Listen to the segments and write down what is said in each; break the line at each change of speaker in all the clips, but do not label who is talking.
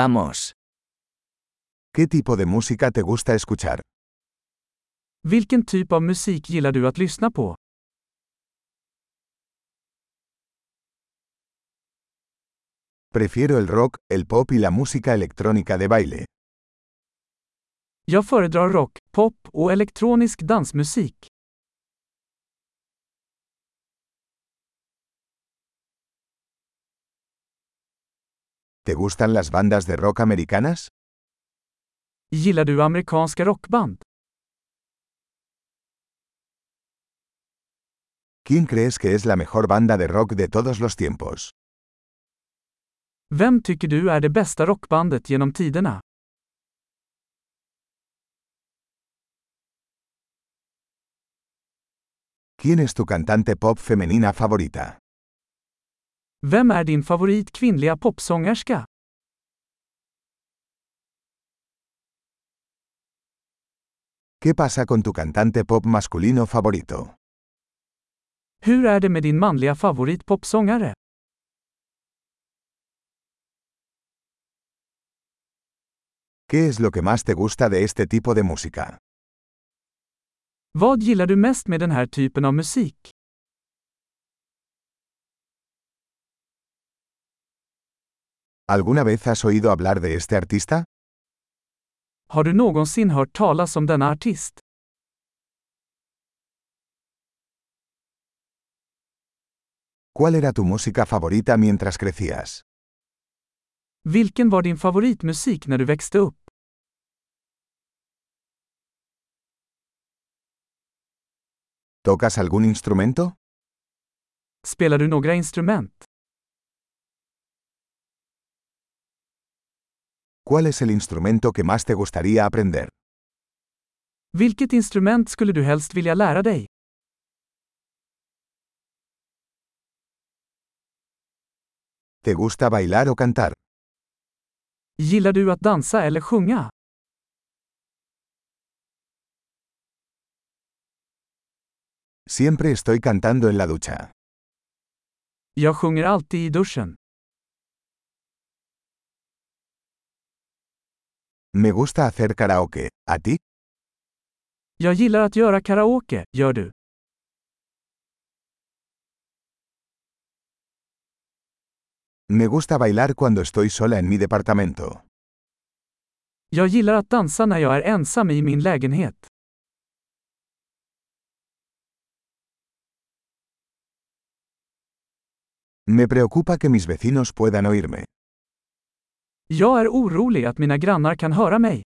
Vamos.
¿Qué tipo de música te gusta escuchar?
Vilken typ av musik gillar du att lyssna på?
Prefiero el rock, el pop y la música electrónica de baile.
Jag föredrar rock, pop och elektronisk dansmusik.
¿Te gustan las bandas de rock americanas?
Gillar du amerikanska rockband?
¿Quién crees que es la mejor banda de rock de todos los tiempos?
Vem tycker du är det bästa rockbandet genom tiderna?
¿Quién es tu cantante pop femenina favorita?
Vem är din favorit kvinnliga popsångerska?
¿Qué pasa con tu cantante pop masculino favorito?
Hur är det med din manliga favorit popsångare?
¿Qué es lo que más te gusta de este tipo de música?
Vad gillar du mest med den här typen av musik?
¿Alguna vez has oído hablar de este artista?
Har du någonsin hört talas om denna artist?
¿Cuál era tu música favorita mientras crecías?
Vilken var din favoritmusik när du växte upp?
¿Tocas algún instrumento?
Spelar du några instrument?
¿Cuál es el instrumento que más te gustaría aprender?
Vilket instrument skulle du helst vilja lära dig?
¿Te gusta bailar o cantar?
Gillar du att dansa eller sjunga?
Siempre estoy cantando en la ducha.
Jag sjunger alltid i duschen.
Me gusta hacer karaoke. ¿A ti?
Jag gillar att göra karaoke, gör du?
Me gusta bailar cuando estoy sola en mi departamento.
Jag gillar att dansa när jag är ensam i min lägenhet.
Me preocupa que mis vecinos puedan oírme.
Jag är orolig att mina grannar kan höra mig.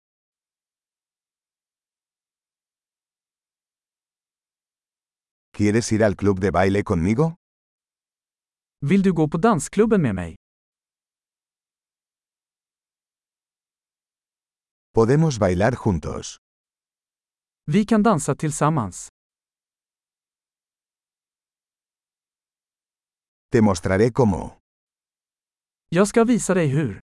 ¿Quieres ir al club de baile conmigo?
Vill du gå på dansklubben med mig?
Podemos bailar juntos.
Vi kan dansa tillsammans.
Te mostraré cómo.
Jag ska visa dig hur.